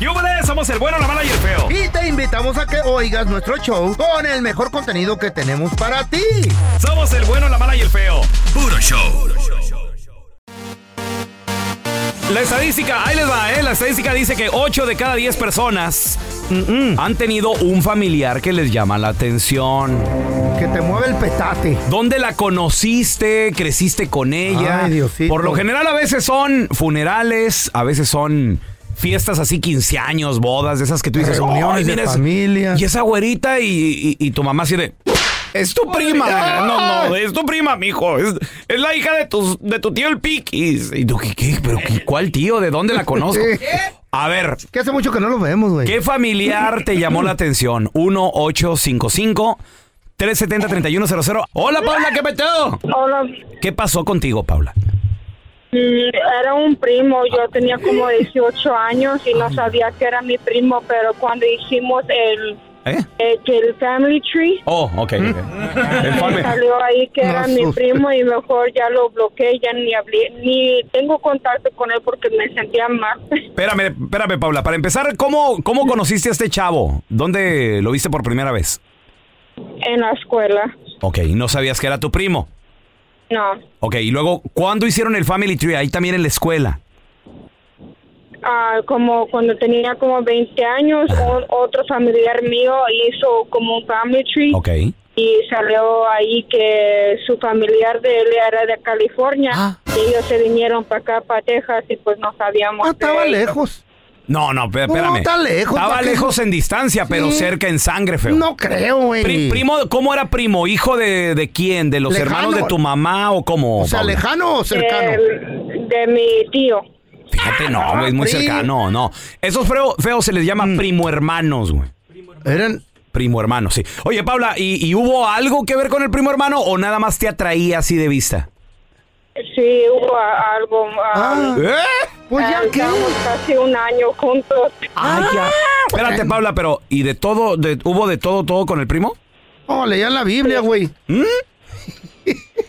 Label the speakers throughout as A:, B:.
A: ¡Yúbele! Somos el bueno, la mala y el feo.
B: Y te invitamos a que oigas nuestro show con el mejor contenido que tenemos para ti.
A: Somos el bueno, la mala y el feo. Puro show. La estadística, ahí les va, ¿eh? La estadística dice que 8 de cada 10 personas mm, han tenido un familiar que les llama la atención.
B: Que te mueve el petate.
A: ¿Dónde la conociste? ¿Creciste con ella?
B: Ay, Diosito.
A: Por lo general a veces son funerales, a veces son fiestas así, 15 años, bodas, de esas que tú dices,
B: Reuniones
A: "Ay,
B: de
A: mira, es-
B: familia".
A: Y esa güerita y, y- y tu mamá así de... Es tu prima. No, no, es tu prima, mijo. Es, es la hija de, tus, de tu tío el Piquis. Y tú, ¿qué, qué? ¿Pero qué, cuál tío? ¿De dónde la conozco? A ver,
B: Que hace mucho que no lo vemos, güey.
A: ¿Qué familiar te llamó la atención? 1855 370 3100. Hola Paula, ¿qué peteo?
C: Hola,
A: ¿Qué pasó contigo, Paula?
C: mm, era un primo, yo tenía como 18 años y no sabía que era mi primo, pero cuando hicimos el,
A: ¿Eh?
C: eh, que el family tree,
A: Oh, ok. ok. El
C: me
A: fame.
C: salió ahí que
B: No
C: era mi
B: asustes.
C: primo y mejor ya lo bloqueé, ya ni hablé, ni tengo contacto con él porque me sentía mal.
A: Espérame, espérame, Paula. Para empezar, ¿cómo, ¿cómo conociste a este chavo? ¿Dónde lo viste por primera vez?
C: en la escuela.
A: Ok, y no sabías que era tu primo.
C: No,
A: Ok, y luego, ¿cuándo hicieron el Family Tree? Ahí también en la escuela.
C: Ah, como cuando tenía como 20 años, un- otro familiar mío hizo como un family tree.
A: Ok.
C: y salió ahí que su familiar de él era de California
A: Ah.
C: y ellos se vinieron para acá, para Texas y pues no sabíamos. de
B: Ah, estaba
C: ellos.
B: lejos.
A: No, no, pe-
B: No,
A: espérame.
B: está lejos,
A: Estaba
B: ¿para qué?
A: lejos en distancia, pero
B: Sí.
A: cerca en sangre, feo.
B: No creo, güey.
A: Pri- primo, ¿cómo era primo? ¿Hijo de, de quién? ¿De los
B: Lejano.
A: hermanos de tu mamá o cómo?
B: O sea,
A: Paula?
B: lejano o cercano.
C: Del- de mi tío.
A: Fíjate, no, güey, es muy
B: primo.
A: cercano, no. Esos feo- feos se les llama
B: Mm.
A: primo hermanos, güey.
B: Eran.
A: Primo hermano, sí. Oye, Paula, ¿y, y hubo algo que ver con el primo hermano o nada más te atraía así de vista?
C: Sí, hubo a- algo. ah,
B: Ah, pues ya
C: eh,
B: qué.
C: estábamos casi un año juntos.
A: Ay,
B: Ah,
A: ya. Espérate,
B: bueno.
A: Paula, pero ¿y de todo, de- hubo de todo, todo con el primo?
B: Oh, leían la Biblia, güey.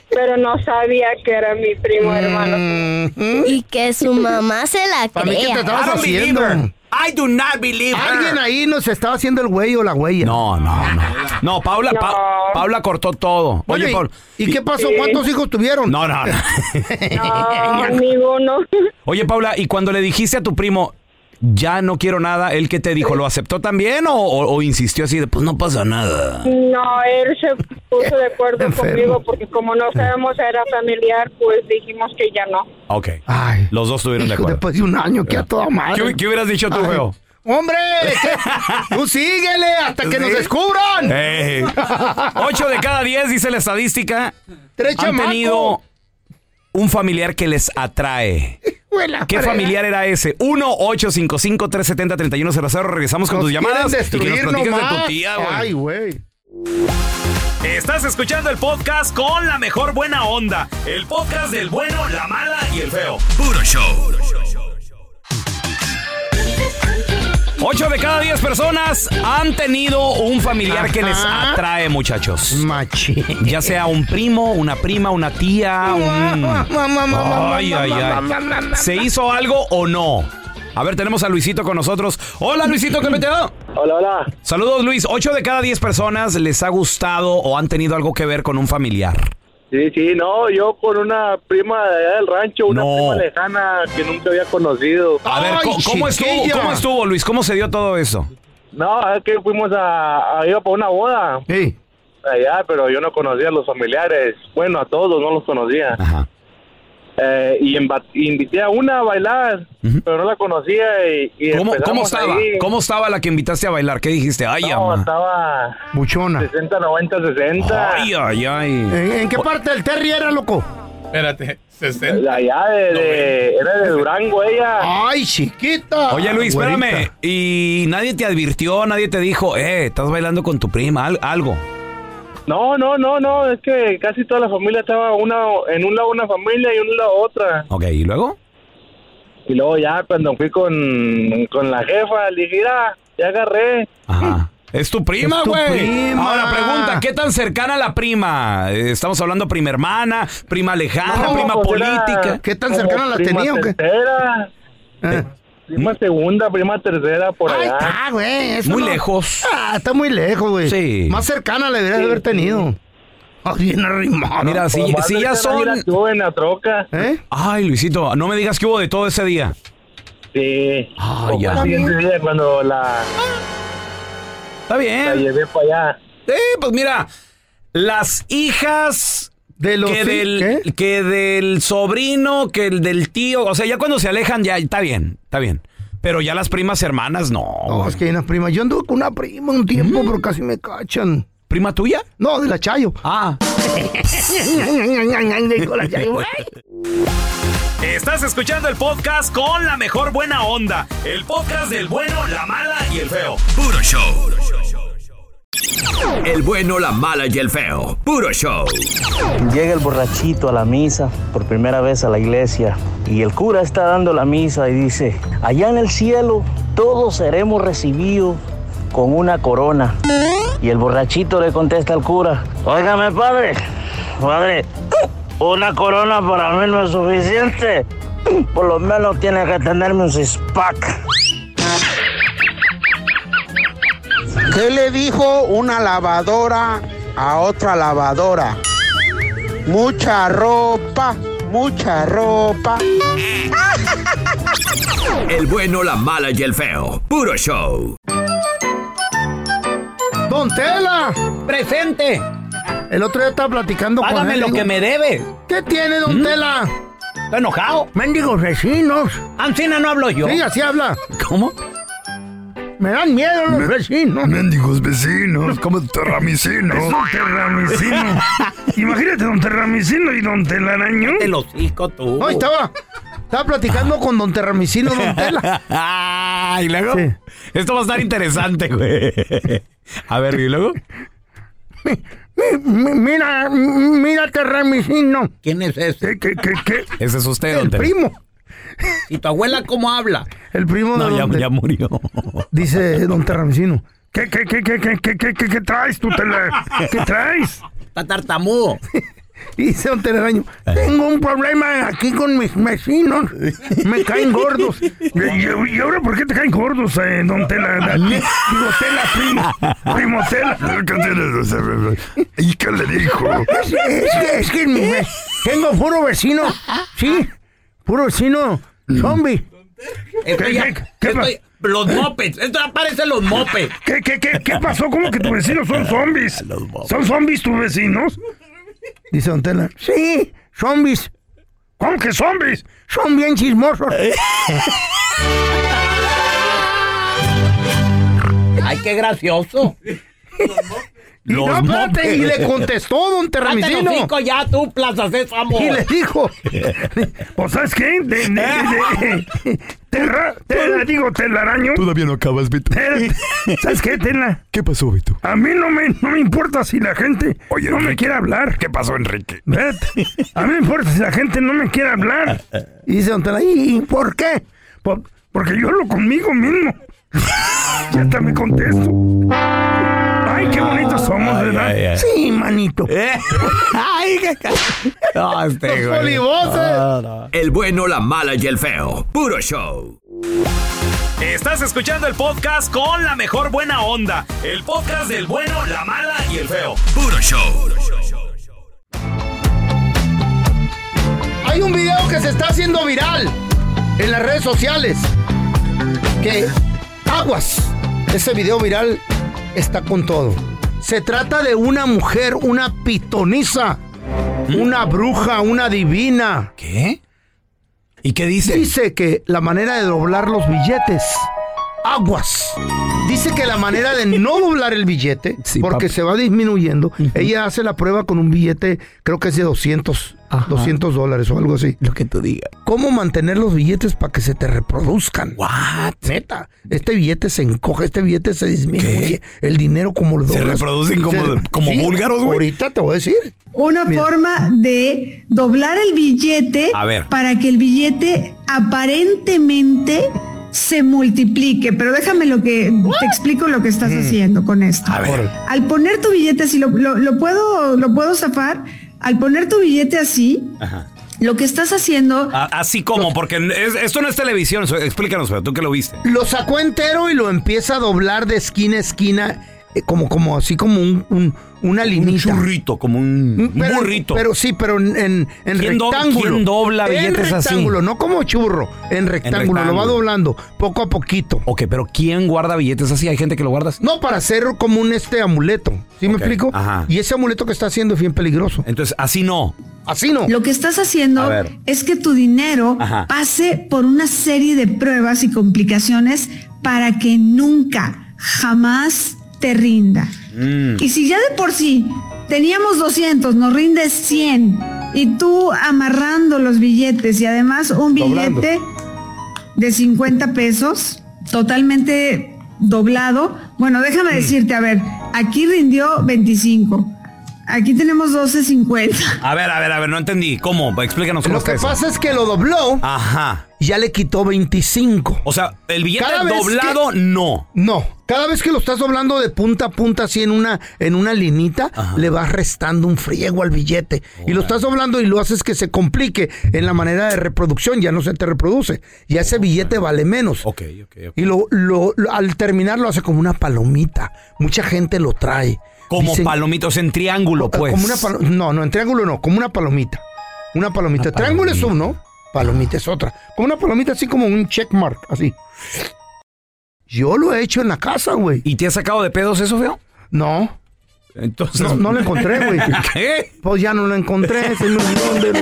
C: Pero no sabía que era mi primo hermano.
B: Mm, mm.
D: Y que su mamá se la
B: Para mí que te
D: crea.
B: estabas
A: I don't
B: haciendo.
A: believe her. I do not believe her.
B: Alguien ahí nos estaba haciendo el güey o la huella.
A: Ah. No, no, no. No, Paula, Pa-
C: No.
A: Paula cortó todo.
B: Bueno,
A: Oye,
B: ¿y-
A: Paula.
B: ¿Y qué pasó? ¿Cuántos hijos tuvieron?
A: No, no, no.
C: No, ninguno.
A: Oye, Paula, ¿y cuando le dijiste a tu primo, ya no quiero nada, él qué te dijo? ¿Lo aceptó también o, o- o insistió así de, pues no pasa nada?
C: No, él se puso de acuerdo
B: Enfermo.
C: conmigo porque como no sabemos era familiar, pues dijimos que ya no.
A: Ok.
B: Ay.
A: Los dos estuvieron de
B: Hijo,
A: acuerdo.
B: Después de un año, que a toda
A: ¿Qué,
B: madre.
A: hu- qué hubieras dicho tú,
B: Ay,
A: feo?
B: ¡Hombre! ¡Tú síguele hasta que nos
A: ¿Sí?
B: descubran!
A: Ey. Eh. Ocho de cada diez, dice la estadística,
B: ¡Tres
A: han
B: chamacos!
A: tenido un familiar que les atrae.
B: Hijo de la
A: ¿Qué
B: fregada.
A: familiar era ese? 1-855-370-3100. Regresamos con
B: Nos
A: tus llamadas
B: quieren
A: y que nos
B: destruir
A: platiques de tu
B: nomás.
A: tía, güey.
B: Ay, güey.
A: Estás escuchando el podcast con la mejor buena onda. El podcast del bueno, la mala y el feo. Puro show. 8 de cada 10 personas han tenido un familiar que les
B: Ajá.
A: atrae, muchachos.
B: Machi.
A: Ya sea un primo, una prima, una tía, un... Ay, ay, ay. ¿Se hizo algo o no? A ver, tenemos a Luisito con nosotros. Hola, Luisito, ¿qué me te da?
E: Hola, hola.
A: Saludos, Luis. 8 de cada 10 personas les ha gustado o han tenido algo que ver con un familiar.
E: Sí, sí, no, yo con una prima de allá del rancho, una
A: No.
E: prima lejana que nunca había conocido.
A: A ver,
B: Ay,
A: ¿cómo, cómo estuvo?
B: chiquilla.
A: ¿Cómo estuvo, Luis? ¿Cómo se dio todo eso?
E: No, es que fuimos a, a ir para una boda
B: Ey,
E: allá, pero yo no conocía a los familiares. Bueno, a todos no los conocía.
A: Ajá.
E: Eh, y inva- invité a una a bailar,
A: Ujú.
E: pero no la conocía y, y
A: ¿Cómo,
E: empezamos
A: cómo estaba?
E: ahí.
A: ¿Cómo estaba la que invitaste a bailar? ¿Qué dijiste? Ay,
E: No,
A: ama.
E: estaba
B: buchona.
E: 60, 90, 60.
A: Ay, ay, ay.
B: ¿En, en qué parte del Terry era, loco?
F: Espérate, 60.
E: De allá de, de- era de Durango
A: Ah,
E: ella.
B: Ay, chiquita.
A: Oye, Luis,
B: Güerita.
A: espérame. ¿Y nadie te advirtió? ¿Nadie te dijo, eh, estás bailando con tu prima? al- algo.
E: No, no, no, no, es que casi toda la familia estaba una en un lado una familia y un lado otra.
A: Ok, ¿y luego?
E: Y luego ya cuando fui con, con la jefa, le dije, "Mira, ya agarré.
A: Ajá. Es tu prima,
B: Es tu
A: güey.
B: prima.
A: Ahora pregunta, ¿qué tan cercana la prima? Eh, Estamos hablando prima hermana, prima lejana,
E: No,
A: Ah, prima
E: pues, era
A: política.
B: ¿Qué tan
E: como
B: cercana la
E: prima
B: tenía o qué?
E: tercera.
B: Eh,
E: Prima
A: ¿Mm?
E: segunda, prima tercera, por
B: Ahí
A: ah,
E: allá.
B: está, güey. eso
A: Muy
B: no-
A: lejos.
B: Ah, está muy lejos, güey.
A: Sí.
B: Más cercana le deberías haber tenido. Ah, bien arrimado.
A: Mira, si,
E: Nomás
A: si
E: le
A: ya
E: echan ahí la
A: son...
E: tuba en la troca.
B: ¿Eh?
A: Ay, Luisito, no me digas que hubo de todo ese día.
E: Sí.
A: Ah,
E: Como
A: ya.
E: al siguiente día cuando la,
A: Está
E: la
A: bien.
E: llevé para allá.
A: Eh, pues mira, las hijas
B: De los
A: que
B: sí-
A: del,
B: ¿qué?
A: que del sobrino, que el del tío, o sea, ya cuando se alejan, ya está bien, está bien. Pero ya las primas hermanas, no.
B: No,
A: güey.
B: es que hay unas primas. Yo anduve con una prima un
A: Mm.
B: tiempo, pero casi me cachan.
A: ¿Prima tuya?
B: No, de la Chayo.
A: Ah.
B: Dijo la Chayo, güey.
A: Estás escuchando el podcast con la mejor buena onda. El podcast del bueno, la mala y el feo.
G: Puro show. El bueno, la mala y el feo. Puro show.
H: Llega el borrachito a la misa por primera vez a la iglesia y el cura está dando la misa y dice, allá en el cielo todos seremos recibidos con una corona. Y el borrachito le contesta al cura, óigame padre, padre, una corona para mí no es suficiente, por lo menos tiene que tenerme un six-pack.
I: ¿Qué le dijo una lavadora a otra lavadora? Mucha ropa, mucha ropa.
G: El bueno, la mala y el feo. Puro show.
B: Don Tela.
A: Presente,
B: El otro día estaba platicando con
A: págame
B: él.
A: lo
B: digo,
A: que me ¿Mm? debe.
B: ¿Qué tiene, don Tela?
A: Estoy enojado.
B: Mendigos vecinos.
A: Ancina no hablo yo.
B: Sí, así habla.
A: ¿Cómo?
B: Me dan miedo los vecinos.
J: Mendigos vecinos, como terramicino. Es un terramicino. Imagínate don terramicino y don telaraño.
A: Te lo hocico tú.
B: No, ahí estaba. Estaba platicando con don Terramicino, don Tela.
A: Ah, y luego.
B: Sí.
A: Esto va a estar interesante, güey. A ver, y luego.
B: Mi- Mira, mira Terramicino.
A: ¿Quién es ese?
J: ¿Qué, qué, qué, qué?
A: Ese es usted,
B: El
A: don Tela.
B: primo.
A: ¿Y tu abuela cómo habla?
B: El primo de
A: No,
B: don
A: ya,
B: Te-
A: ya murió.
B: Dice don Terramicino.
J: ¿Qué, qué, qué, qué, qué, qué, qué, qué, qué traes tú, tela? ¿Qué traes?
A: Está tartamudo.
B: Y dice don Telaraño, tengo un problema aquí con mis vecinos. Me caen gordos.
J: ¿Y, y- y ahora por qué te caen gordos, eh, don tela? Digo, tela, primo. Primo, tela. ¿Y qué le dijo?
B: Es, es que, es que mi ve- tengo puro vecino. Sí, puro vecino zombie.
A: Estoy ya-
J: ¿Qué, qué, qué
A: estoy-
J: pa-
A: los mopeds. Esto aparecen los mopeds.
J: ¿Qué, qué, qué, qué pasó? ¿Cómo que tus vecinos son zombies? ¿Son zombies tus vecinos?
B: Dice don Tela. Sí, zombies.
J: ¿Cómo que zombies? Eh,
B: Son bien chismosos.
A: Ay, qué gracioso.
B: Y, no,
A: Los
B: espérate,
A: mopeds.
B: y le contestó don
A: Cállate los
B: Terramicino.
A: hocico ya, tú, plazas de amor.
B: Y le dijo,
J: Pues, ¿sabes qué? De, de- de- de- terra, tela, digo, telaraño.
G: Todavía no acabas, Vito.
J: Tel- ¿Sabes qué, Tela?
G: ¿Qué pasó, Vito?
J: A mí no me, no me importa si la gente no me quiere hablar.
G: ¿Qué pasó, Enrique?
J: Vete. A mí me importa si la gente no me quiere hablar.
B: y dice don Tela, ¿y y por qué?
J: Po- porque yo hablo conmigo mismo. Ya hasta me contesto. Ay, qué bonitos somos, ¿verdad?
B: Sí, manito.
A: Ay, qué ca- No, este,
B: Los
A: güey.
G: Ah,
B: polivoces.
G: El bueno, la mala y el feo. Puro show.
A: Estás escuchando el podcast con la mejor buena onda. El podcast del bueno, la mala y el feo.
G: Puro show.
B: Hay un video que se está haciendo viral en las redes sociales. Que aguas. Ese video viral está con todo. Se trata de una mujer, una pitoniza, una bruja, una divina.
A: ¿Qué? ¿Y qué dice?
B: Dice que la manera de doblar los billetes, aguas. Dice que la manera de no doblar el billete,
A: Sí,
B: porque
A: papi.
B: se va disminuyendo, ella hace la prueba con un billete, creo que es de 200,
A: Ajá.
B: 200 dólares o algo así.
A: Lo que tú digas.
B: ¿Cómo mantener los billetes para que se te reproduzcan?
A: What?
B: Neta, este billete se encoge, este billete se disminuye, el dinero como lo
A: Se
B: doblas.
A: reproducen como- como búlgaros, güey.
B: Ahorita te voy a decir.
K: Una forma de doblar el billete
A: A ver.
K: para que el billete aparentemente se multiplique. Pero déjame lo que te explico lo que estás
J: Mm.
K: haciendo con esto.
A: A ver.
K: Al poner tu billete así, lo, lo- lo puedo, lo puedo zafar. Al poner tu billete así, Lo que estás haciendo,
A: A- Así como, porque es- esto no es televisión. so- Explícanos, pero tú que lo viste.
B: Lo sacó entero y lo empieza a doblar de esquina a esquina, eh, como, como así como un, un- una linita. Un
A: churrito, como un,
B: Mm, pero,
A: burrito.
B: Pero sí, pero en, en, en
A: ¿Quién do-
B: rectángulo.
A: quién dobla billetes
B: en
A: así?
B: rectángulo, no como churro, en rectángulo, Lo va
A: rectángulo.
B: doblando poco a poquito.
A: Ok, pero ¿quién guarda billetes así? ¿Hay gente que lo guarda así?
B: No, para hacer como un este amuleto. ¿Sí me
A: Ok,
B: explico?
A: ajá.
B: Y ese amuleto que está haciendo es bien peligroso.
A: Entonces, así no.
B: Así no.
K: lo que estás haciendo
A: A ver.
K: es que tu dinero
A: Ajá.
K: pase por una serie de pruebas y complicaciones para que nunca, jamás te rinda.
A: Mm.
K: Y si ya de por sí teníamos 200, nos rindes 100 y tú amarrando los billetes y además un
B: Doblando.
K: billete de 50 pesos totalmente doblado, bueno, déjame decirte, a ver, aquí rindió 25. Aquí tenemos 12.50.
A: A ver, a ver, a ver, no entendí. ¿Cómo? Explícanos cómo
B: Lo que
A: está eso.
B: pasa es que lo dobló,
A: Ajá.
B: ya le quitó 25.
A: O sea, el billete
B: Cada vez
A: doblado,
B: que-
A: no.
B: No, cada vez que lo estás doblando de punta a punta así en una en una linita, le vas restando un friego al billete y lo estás doblando y lo haces que se complique en la manera de reproducción, ya no se te reproduce, ya ese billete vale menos.
A: Ok, ok, ok.
B: Y lo, lo- lo- al terminar lo hace como una palomita. Mucha gente lo trae.
A: Como
B: Dicen-
A: palomitos en triángulo, pues.
B: Como una palo- no, no, en triángulo no, como una palomita. Una palomita. triángulo es uno, palomita es otra. Como una palomita así como un checkmark, así. Yo lo he hecho en la casa, güey.
A: ¿Y te has sacado de pedos eso, feo?
B: No, pues
A: Entonces.
B: no, no lo encontré, güey.
A: ¿Qué?
B: Pues ya no lo encontré, se me olvidó dónde lo-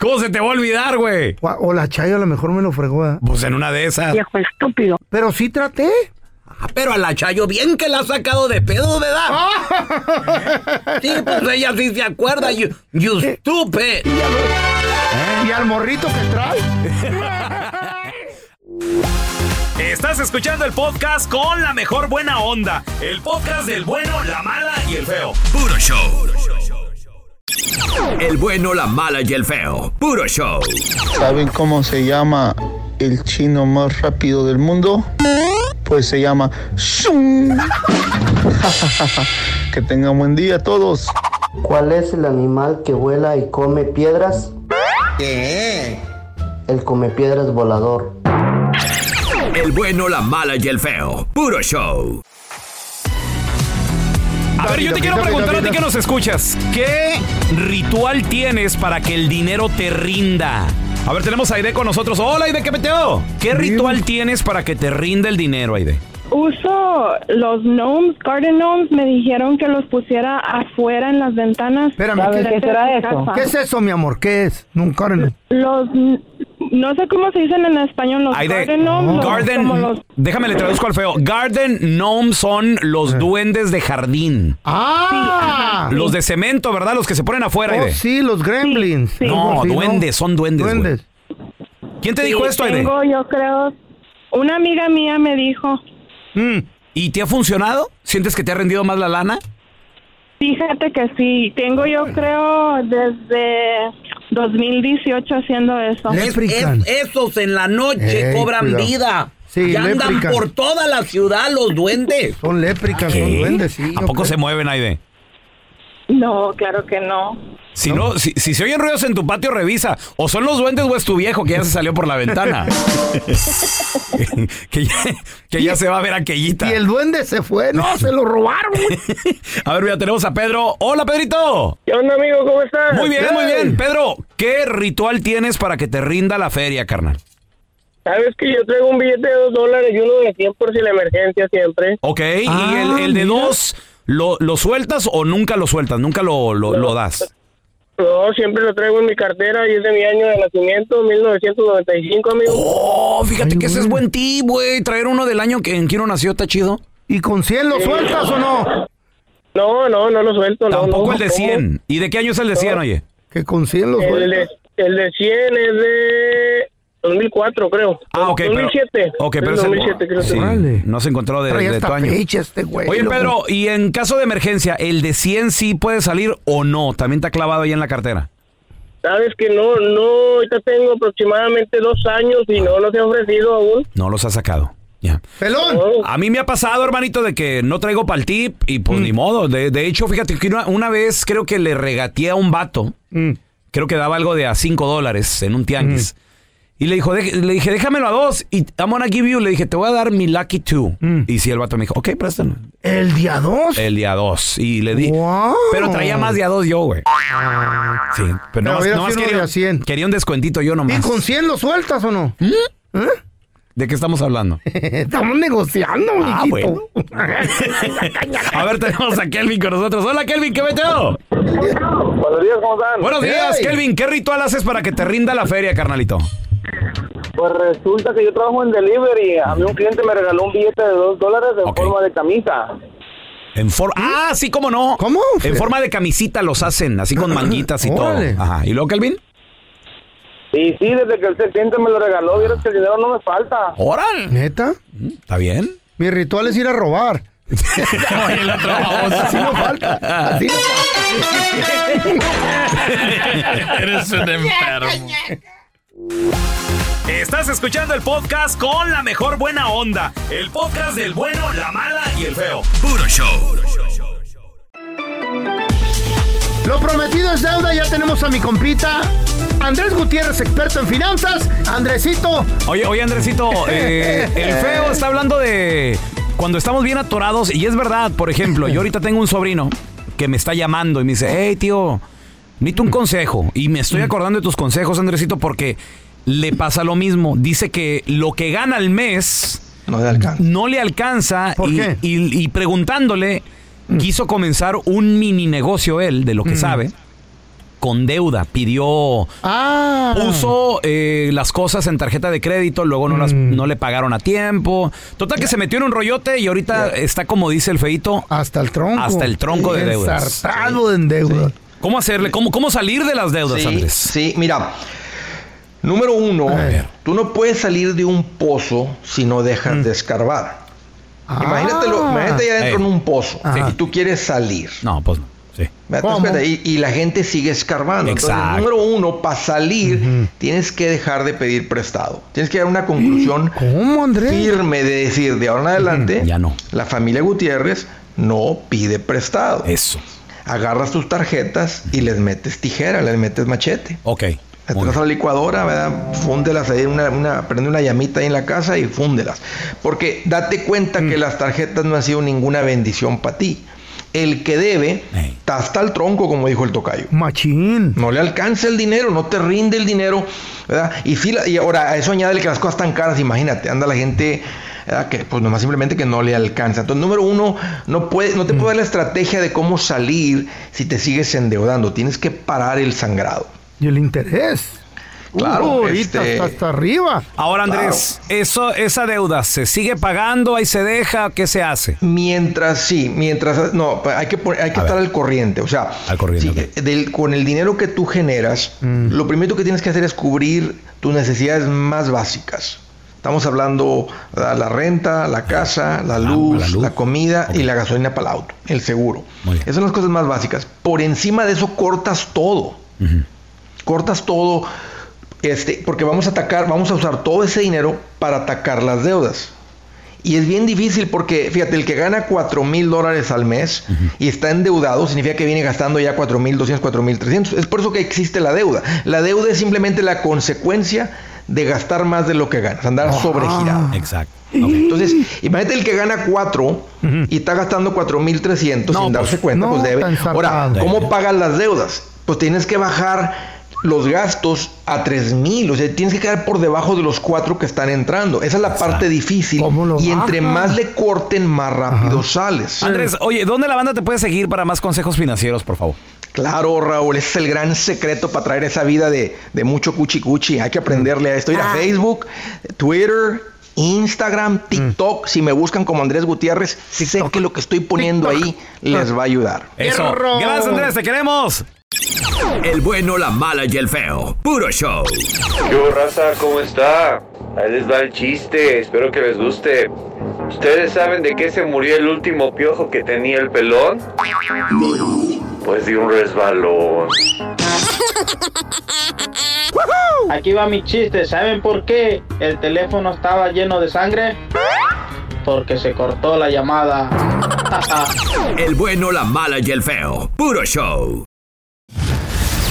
A: ¿Cómo se te va a olvidar, güey?
B: O la chayo a lo mejor me lo fregó. ¿eh?
A: Pues en una de esas.
C: estúpido.
B: Pero sí traté.
A: Pero a la Chayo, bien que la has sacado de pedo, ¿verdad? Sí, pues ella sí se acuerda. You, you stupid.
B: Y al morrito que trae.
A: Estás escuchando el podcast con la mejor buena onda. El podcast del bueno, la mala y el feo.
G: Puro show. El bueno, la mala y el feo. Puro show.
L: ¿Saben cómo se llama el chino más rápido del mundo? Pues se llama Shun. que tengan buen día todos.
M: ¿Cuál es el animal que vuela y come piedras? ¿Qué? El come piedras volador.
G: El bueno, la mala y el feo. Puro show.
A: A ver, yo te quiero preguntar a ti que nos escuchas. ¿Qué ritual tienes para que el dinero te rinda? A ver, tenemos a Aide con nosotros. Hola, Aide, ¿qué peteo? ¿Qué ritual tienes para que te rinda el dinero, Aide?
C: Uso los gnomes, garden gnomes, me dijeron que los pusiera afuera en las ventanas.
B: Espérame, ¿qué, ¿Qué es eso, mi amor? ¿Qué es? Nunca.
C: Los, no sé cómo se dicen en español, los
A: Aide,
C: garden gnomes. los- como
A: Garden,
C: los-
A: déjame le traduzco al feo. Garden Gnome son los duendes de jardín.
B: ¡Ah!
A: Los de cemento, ¿verdad? Los que se ponen afuera,
B: Oh,
A: Aide.
B: sí, los gremlins.
A: No,
B: Sí,
A: duendes, son duendes. güey.
B: Duendes.
A: ¿Quién te dijo
C: Sí,
A: esto, Aide?
C: Tengo, yo creo, una amiga mía me dijo,
A: Mm, ¿Y te ha funcionado? ¿Sientes que te ha rendido más la lana?
C: fíjate que sí, tengo yo creo desde 2018 haciendo eso.
B: Leprechaun.
A: esos en la noche
B: Ey, cobran cuidado. vida. Sí, Ya andan leprechaun. por
A: toda la ciudad los duendes.
B: Son lépricas,
A: ¿Qué?
B: son duendes, sí.
A: ¿A
B: yo
A: poco
B: creo.
A: se mueven, Aide?
C: No, claro que no.
A: Si no, si, si se oyen ruidos en tu patio, revisa. O son los duendes o es tu viejo que ya se salió por la ventana. que, ya, que ya se va a ver aquellita.
B: Y el duende se fue, no, se lo robaron. güey.
A: A ver, mira, tenemos a Pedro. Hola, Pedrito.
N: ¿Qué onda, amigo? ¿Cómo estás?
A: Muy bien, muy
N: Hey.
A: bien. Pedro, ¿qué ritual tienes para que te rinda la feria, carnal?
N: Sabes que yo traigo un billete de dos dólares y uno de 100 por si la emergencia siempre.
A: Ok, y el,
B: Ah,
A: el de dos, ¿lo, lo sueltas o nunca lo sueltas? Nunca lo, lo- lo das.
N: No, siempre lo traigo en mi cartera y es de mi año de nacimiento, 1995, amigo.
A: Oh, fíjate que ese es buen tip, güey. Traer uno del año que en que uno nació está chido.
B: ¿Y con 100 lo sueltas o no?
N: No, no, no lo suelto. no,
A: Tampoco
N: no,
A: el de
N: ¿cómo?
A: 100. ¿Y de qué año es el de 100, oye?
B: Que con 100 lo
N: El
B: sueltas.
N: de, el de 100 es de 2004, creo.
A: Ah, ok, pero-
N: 2007.
A: ok,
N: Es
A: pero es el-
N: 2007, creo.
A: sí,
B: Órale.
A: no se encontró de,
B: Trae
A: de
B: hasta
A: tu año.
B: fecha este güey.
A: Oye,
B: loco.
A: Pedro, ¿y en caso de emergencia, el de 100 sí puede salir o no? También está clavado ahí en la cartera.
N: Sabes que no, no, ahorita tengo aproximadamente dos años y no, no se ha ofrecido aún.
A: No los ha sacado. Ya.
B: ¡Pelón!
A: A mí me ha pasado, hermanito, de que no traigo pa'l tip
B: Mm.
A: y pues ni modo. De, de hecho, fíjate que una, una vez creo que le regateé a un vato que creo que daba algo de a 5 dólares en un tianguis. Y le, dijo, "Deje- le dije, déjamelo a dos. Y I'm gonna give you. Le dije, te voy a dar mi Lucky Two. Y sí, el vato me dijo, ok, préstalo.
B: ¿El día 2?
A: El día 2. Y le di. Pero traía más de a dos yo, güey. Sí, pero
B: Pero
A: no más,
B: hubiera
A: no más
B: sido uno
A: quería,
B: de a
A: quería un descuentito yo
B: ¿Y
A: nomás.
B: con 100 lo sueltas o no? ¿Eh?
A: ¿De qué estamos hablando?
B: Estamos negociando,
A: Ah,
B: mijito.
A: bueno. A ver, tenemos a Kelvin con nosotros. Hola, Kelvin, ¿qué meteo?
O: Buenos días, ¿cómo están?
A: Buenos días,
O: Hey.
A: Kelvin. ¿Qué ritual haces para que te rinda la feria, carnalito?
O: Pues resulta que yo trabajo en delivery. A mí un cliente me regaló un billete de dos dólares en forma de camisa.
A: En forma. Ah, sí, Ah, cómo no. ¿Cómo? En forma de camisita los hacen, así con manguitas y todo.
O: Órale.
A: Ajá. ¿Y luego, Kelvin?
O: Y sí, desde que el cliente me lo regaló, vieron que el dinero no me falta.
A: ¡Oral!
B: ¿Neta?
A: ¿Está bien?
B: Mi ritual es ir a robar. Así no falta. Así no
F: Eres un enfermo.
A: Estás escuchando el podcast con la mejor buena onda. El podcast del bueno, la mala y el feo.
G: Puro show.
B: Lo prometido es deuda, ya tenemos a mi compita Andrés Gutiérrez, experto en finanzas. Andresito.
A: Oye, oye, Andresito, eh, el feo está hablando de cuando estamos bien atorados, y es verdad, por ejemplo, yo ahorita tengo un sobrino que me está llamando y me dice, hey, tío, necesito un consejo. Y me estoy acordando de tus consejos, Andresito, porque le pasa lo mismo. Dice que lo que gana al mes
P: no le alcanza.
A: y, y- y preguntándole, quiso comenzar un mini negocio él, de lo que sabe, con deuda. Pidió
B: Ah.
A: puso eh, las cosas en tarjeta de crédito, luego no, las, no le pagaron a tiempo. Total que se metió en un rollote y ahorita está como dice el feito.
B: Hasta el tronco.
A: Hasta el tronco de deudas.
B: Ensartado en deuda.
A: ¿Cómo hacerle? ¿Cómo, cómo salir de las deudas,
P: sí,
A: Andrés?
P: Sí, mira. Número uno, tú no puedes salir de un pozo si no dejas de escarbar. Imagínatelo, imagínate ya dentro en un pozo y tú quieres salir.
A: No, pues no. Sí.
P: Me- espérate, Y, y la gente sigue escarbando.
A: Exacto.
P: Entonces, número uno, para salir, tienes que dejar de pedir prestado. Tienes que dar una conclusión firme de decir, de ahora en adelante, ya no. la familia Gutiérrez no pide prestado.
A: Eso.
P: Agarras tus tarjetas y les metes tijera, les metes machete.
A: Ok.
P: Las traes a la licuadora, ¿verdad? Fúndelas ahí, una, una- prende una llamita ahí en la casa y fúndelas. Porque date cuenta que las tarjetas no han sido ninguna bendición para ti. El que debe, está hasta el tronco, como dijo el tocayo.
B: Machín.
P: No le alcanza el dinero, no te rinde el dinero, ¿verdad? Y, sí la- y ahora, a eso añade que las cosas están caras, imagínate, anda la gente ¿verdad? que pues nomás simplemente que no le alcanza. Entonces, número uno, no, puede, no te puede dar la estrategia de cómo salir si te sigues endeudando. Tienes que parar el sangrado.
B: Y el interés.
P: Claro,
B: Uh, ahorita
P: este-
B: está hasta arriba.
A: Ahora, Andrés, eso, esa deuda se sigue pagando, ahí se deja, ¿qué se hace?
P: Mientras sí, mientras no, pues, hay que pon- hay que estar al Mm. corriente, o sea, sí, del- con el dinero que tú generas, lo primero que tienes que hacer es cubrir tus necesidades más básicas. Estamos hablando ¿verdad? la renta, la casa, Ah, la luz, la, comida y la gasolina para el auto, el seguro. Esas son las cosas más básicas. Por encima de eso cortas todo. Cortas todo este, porque vamos a atacar, vamos a usar todo ese dinero para atacar las deudas. Y es bien difícil porque, fíjate, el que gana 4 mil dólares al mes y está endeudado, significa que viene gastando ya 4 mil 200, 4 mil 300. Es por eso que existe la deuda. La deuda es simplemente la consecuencia de gastar más de lo que ganas, andar sobregirado.
A: Exacto.
P: Entonces, imagínate el que gana 4 y está gastando 4 mil 300 sin darse cuenta, pues debe. Ahora, ¿cómo pagas las deudas? Pues tienes que bajar los gastos a 3 mil, o sea, tienes que quedar por debajo de los 4 que están entrando. Esa es la parte difícil. Y entre
A: bajas?
P: más le corten, más rápido sales.
A: Andrés, oye, ¿dónde la banda te puede seguir para más consejos financieros, por favor?
P: Claro, Raúl, ese es el gran secreto para traer esa vida de, de mucho cuchi cuchi. Hay que aprenderle a esto. Ir a Facebook, Twitter, Instagram, TikTok. Si me buscan como Andrés Gutiérrez, sé que lo que estoy poniendo ahí les va a ayudar.
A: Eso. Gracias, Andrés, te queremos.
G: El bueno, la mala y el feo. Puro show.
Q: Yo, raza, ¿cómo está? Ahí les va el chiste, espero que les guste. ¿Ustedes saben de qué se murió el último piojo que tenía el pelón? Pues de un resbalón.
N: Aquí va mi chiste. ¿Saben por qué el teléfono estaba lleno de sangre? Porque se cortó la llamada.
G: El bueno, la mala y el feo. Puro show.